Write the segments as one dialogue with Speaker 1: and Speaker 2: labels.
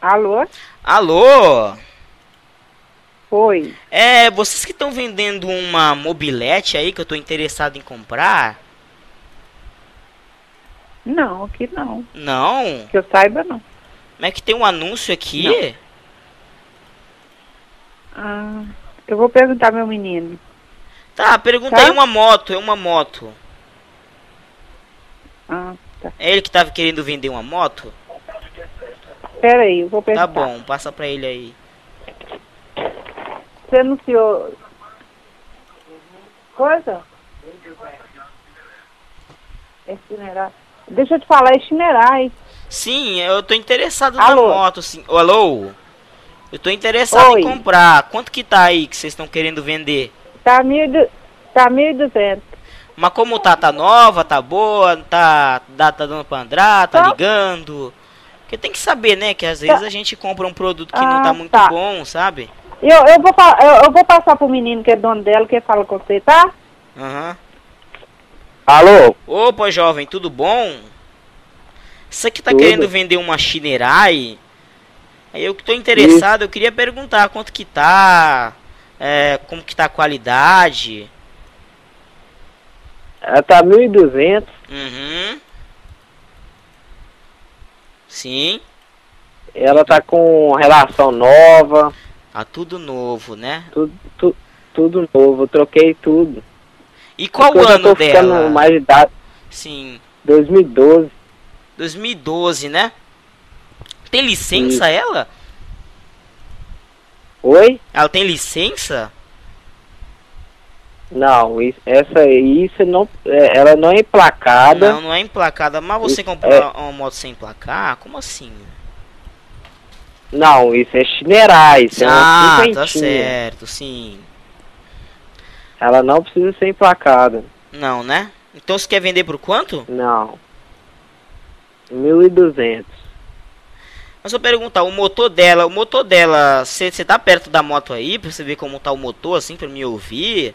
Speaker 1: Alô?
Speaker 2: Alô?
Speaker 1: Oi.
Speaker 2: É, vocês que estão vendendo uma mobilete aí que eu tô interessado em comprar?
Speaker 1: Não, aqui não.
Speaker 2: Não?
Speaker 1: Que eu saiba, não.
Speaker 2: Mas é que tem um anúncio aqui?
Speaker 1: Não. Ah, eu vou perguntar meu menino.
Speaker 2: Tá, pergunta
Speaker 1: Tá.
Speaker 2: aí uma moto, é uma moto.
Speaker 1: Ah, tá.
Speaker 2: É ele que tava querendo vender uma moto?
Speaker 1: Pera aí, eu vou perguntar.
Speaker 2: Tá bom, passa pra ele aí.
Speaker 1: Você anunciou... Coisa? É Chinerai. Deixa eu te falar, é Chinerai.
Speaker 2: Sim, eu tô interessado
Speaker 1: Alô?
Speaker 2: na moto, sim. Ô, Alô? Eu tô interessado
Speaker 1: Oi.
Speaker 2: em comprar. Quanto que tá aí que vocês estão querendo vender?
Speaker 1: Tá mil du... tá 1.200.
Speaker 2: Mas como tá, tá nova, tá boa, tá, dá, tá dando pra andar, tá
Speaker 3: Então-
Speaker 1: Tá.
Speaker 2: ligando. Porque tem que saber, né? Que às vezes a gente compra um produto que não
Speaker 1: Ah,
Speaker 2: tá muito
Speaker 1: tá.
Speaker 2: bom, sabe?
Speaker 1: Eu, eu, vou, fa- eu, eu vou passar pro menino que é dono dela, que fala com você, tá?
Speaker 2: Aham.
Speaker 3: Alô?
Speaker 2: Opa, jovem, tudo bom? Você que tá
Speaker 3: Tudo.
Speaker 2: querendo vender uma Shinerai? Aí Eu que tô interessado, eu queria perguntar quanto que tá, é, como que tá a qualidade.
Speaker 3: Ela tá 1.200.
Speaker 2: Uhum. Sim,
Speaker 3: Ela tá com relação nova.
Speaker 2: tá tudo novo, né?
Speaker 3: Tudo, tu- tudo novo. Eu troquei tudo.
Speaker 2: E qual
Speaker 3: Porque
Speaker 2: o
Speaker 3: eu já
Speaker 2: ano
Speaker 3: tô ficando
Speaker 2: dela?
Speaker 3: mais de idade.
Speaker 2: Sim,
Speaker 3: 2012.
Speaker 2: 2012, né? Tem licença ela?
Speaker 3: Oi?
Speaker 2: Ela tem licença?
Speaker 3: Não, isso, essa aí, isso não, é, ela não é emplacada.
Speaker 2: Não, não é emplacada. Mas você
Speaker 3: Isso,
Speaker 2: comprou
Speaker 3: é.
Speaker 2: uma moto sem placar? Como assim?
Speaker 3: Não, isso é chinerai, isso
Speaker 2: ah,
Speaker 3: é uma
Speaker 2: tá
Speaker 3: cinquentinha.
Speaker 2: certo, sim.
Speaker 3: Ela não precisa ser emplacada.
Speaker 2: Não, né? Então você quer vender por quanto?
Speaker 3: Não. 1.200.
Speaker 2: Mas eu perguntar, o motor dela, o motor dela, você tá perto da moto aí pra você ver como tá o motor, assim, pra me ouvir?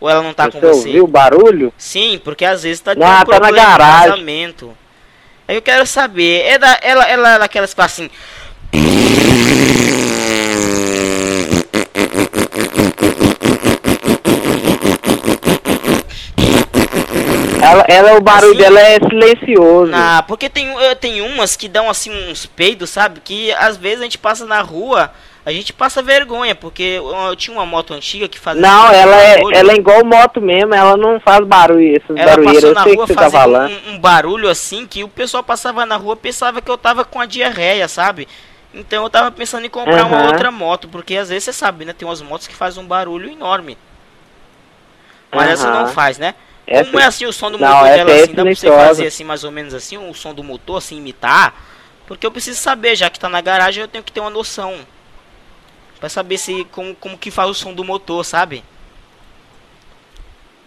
Speaker 2: Ou ela não tá com
Speaker 3: você
Speaker 2: você?
Speaker 3: ouviu o barulho?
Speaker 2: Sim, porque às vezes tá
Speaker 3: Não, ela tá na
Speaker 2: de
Speaker 3: garagem.
Speaker 2: vazamento. Aí eu quero saber, é da, ela, ela é daquelas que faz assim.
Speaker 3: Ela, ela, o barulho
Speaker 2: Assim? Ah,
Speaker 3: dela é silencioso.
Speaker 2: Na, porque tem, eh, tem umas que dão assim uns peidos, sabe? Que às vezes a gente passa na rua, a gente passa vergonha, porque eu, eu tinha uma moto antiga que fazia.
Speaker 3: Não,
Speaker 2: esse
Speaker 3: ela é,
Speaker 2: barulho.
Speaker 3: ela é igual moto mesmo, ela não faz barulho, esses
Speaker 2: Ela
Speaker 3: barulheiros,
Speaker 2: passou
Speaker 3: eu
Speaker 2: na
Speaker 3: sei o que
Speaker 2: rua
Speaker 3: você tá
Speaker 2: fazendo
Speaker 3: falando.
Speaker 2: um, um barulho assim que o pessoal passava na rua pensava que eu tava com a diarreia, sabe? Então eu tava pensando em comprar uma
Speaker 3: Aham.
Speaker 2: outra moto, porque às vezes você sabe, né? Tem umas motos que fazem um barulho enorme. Mas essa não
Speaker 3: Aham.
Speaker 2: faz, né?
Speaker 3: Essa-
Speaker 2: Como é assim o som do
Speaker 3: Não,
Speaker 2: motor
Speaker 3: essa
Speaker 2: dela,
Speaker 3: é
Speaker 2: assim, dá pra você
Speaker 3: silenciosa.
Speaker 2: fazer assim, mais ou menos assim, o som do motor, assim, imitar? Porque eu preciso saber, já que tá na garagem, eu tenho que ter uma noção. Pra saber se, como, como que faz o som do motor, sabe?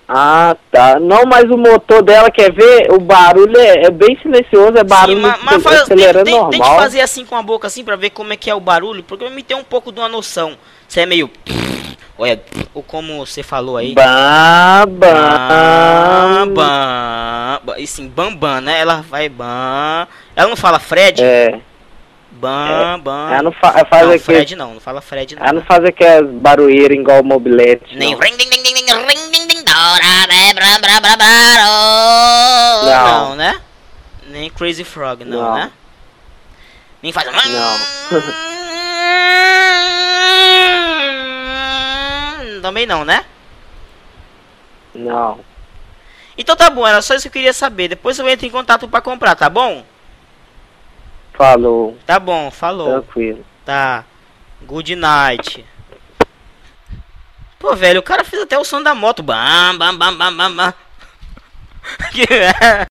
Speaker 3: Ah, tá. Não, mas o motor dela, quer ver? O barulho é, é bem silencioso, é barulho
Speaker 2: ma-
Speaker 3: de-
Speaker 2: mas faz-
Speaker 3: acelerando
Speaker 2: tem, tem, tem que
Speaker 3: normal.
Speaker 2: fazer assim com a boca, assim, pra ver como é que é o barulho, porque eu me tenho um pouco de uma noção. Se é meio... Olha, ou como você falou aí...
Speaker 3: Bam,
Speaker 2: Ah, Bam,
Speaker 3: bam.
Speaker 2: bam, bam, e sim, bam, bam, né? Ela vai bam. Ela não fala Fred?
Speaker 3: É,
Speaker 2: Bam, bam.
Speaker 3: ela não fa ela faz
Speaker 2: não,
Speaker 3: aquele-
Speaker 2: Fred não, não fala Fred não.
Speaker 3: ela não faz aquelas barulheiras igual o mobilete.
Speaker 2: Nem
Speaker 3: não.
Speaker 2: ring ding ding ding ding ring ding ding dora bra bra bra bra bra
Speaker 3: Não.
Speaker 2: não, né? Nem Crazy Frog não,
Speaker 3: Não.
Speaker 2: né? Nem faz um não. Também não, né?
Speaker 3: Não.
Speaker 2: Então tá bom, era só isso que eu queria saber. Depois eu entro em contato pra comprar, tá bom?
Speaker 3: Falou,
Speaker 2: Tá bom, falou.
Speaker 3: tranquilo.
Speaker 2: Tá. Good night. Pô, velho, o cara fez até o som da moto. Bam, bam, bam, bam, bam, bam. Que-